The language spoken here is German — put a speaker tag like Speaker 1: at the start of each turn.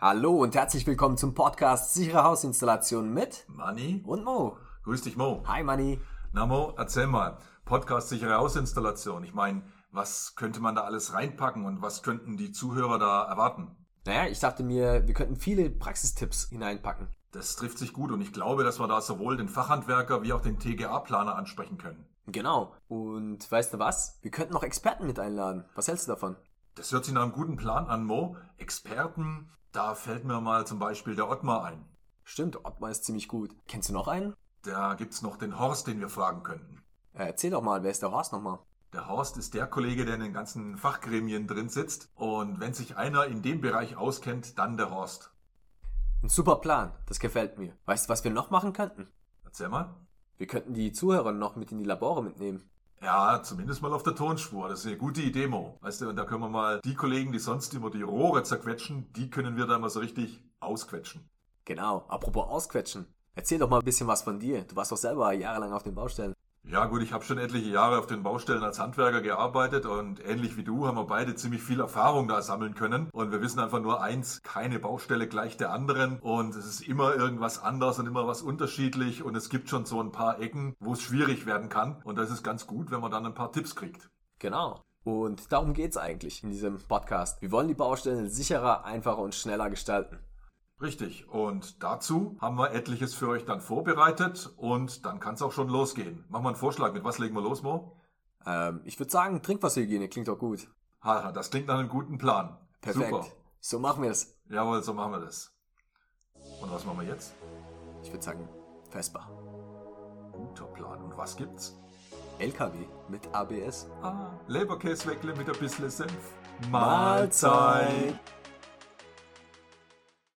Speaker 1: Hallo und herzlich willkommen zum Podcast Sichere Hausinstallation mit
Speaker 2: Mani?
Speaker 1: und Mo.
Speaker 2: Grüß dich, Mo.
Speaker 1: Hi Manni.
Speaker 2: Na, Mo, erzähl mal. Podcast sichere Hausinstallation. Ich meine, was könnte man da alles reinpacken und was könnten die Zuhörer da erwarten?
Speaker 1: Naja, ich dachte mir, wir könnten viele Praxistipps hineinpacken.
Speaker 2: Das trifft sich gut und ich glaube, dass wir da sowohl den Fachhandwerker wie auch den TGA-Planer ansprechen können.
Speaker 1: Genau. Und weißt du was? Wir könnten noch Experten mit einladen. Was hältst du davon?
Speaker 2: Das hört sich nach einem guten Plan an, Mo. Experten, da fällt mir mal zum Beispiel der Ottmar ein.
Speaker 1: Stimmt, Ottmar ist ziemlich gut. Kennst du noch einen?
Speaker 2: Da gibt's noch den Horst, den wir fragen könnten.
Speaker 1: Äh, erzähl doch mal, wer ist der Horst nochmal?
Speaker 2: Der Horst ist der Kollege, der in den ganzen Fachgremien drin sitzt. Und wenn sich einer in dem Bereich auskennt, dann der Horst.
Speaker 1: Ein super Plan. Das gefällt mir. Weißt du, was wir noch machen könnten?
Speaker 2: Erzähl mal.
Speaker 1: Wir könnten die Zuhörer noch mit in die Labore mitnehmen.
Speaker 2: Ja, zumindest mal auf der Tonspur. Das ist eine gute Idee, Mo. Weißt du, und da können wir mal die Kollegen, die sonst immer die Rohre zerquetschen, die können wir da mal so richtig ausquetschen.
Speaker 1: Genau. Apropos ausquetschen. Erzähl doch mal ein bisschen was von dir. Du warst doch selber jahrelang auf den Baustellen.
Speaker 2: Ja gut, ich habe schon etliche Jahre auf den Baustellen als Handwerker gearbeitet und ähnlich wie du haben wir beide ziemlich viel Erfahrung da sammeln können. Und wir wissen einfach nur eins, keine Baustelle gleich der anderen und es ist immer irgendwas anders und immer was unterschiedlich und es gibt schon so ein paar Ecken, wo es schwierig werden kann. Und das ist ganz gut, wenn man dann ein paar Tipps kriegt.
Speaker 1: Genau. Und darum geht's eigentlich in diesem Podcast. Wir wollen die Baustellen sicherer, einfacher und schneller gestalten.
Speaker 2: Richtig. Und dazu haben wir etliches für euch dann vorbereitet und dann kann es auch schon losgehen. Mach mal einen Vorschlag, mit was legen wir los, Mo?
Speaker 1: Ähm, ich würde sagen, Trinkwasserhygiene klingt doch gut.
Speaker 2: Haha, das klingt nach einem guten Plan.
Speaker 1: Perfekt.
Speaker 2: Super.
Speaker 1: So machen wir es.
Speaker 2: Jawohl, so machen wir das. Und was machen wir jetzt?
Speaker 1: Ich würde sagen, Vespa.
Speaker 2: Guter Plan. Und was gibt's?
Speaker 1: LKW mit ABS.
Speaker 2: Ah, Leberkäse wegle mit ein bisschen Senf.
Speaker 1: Mahlzeit.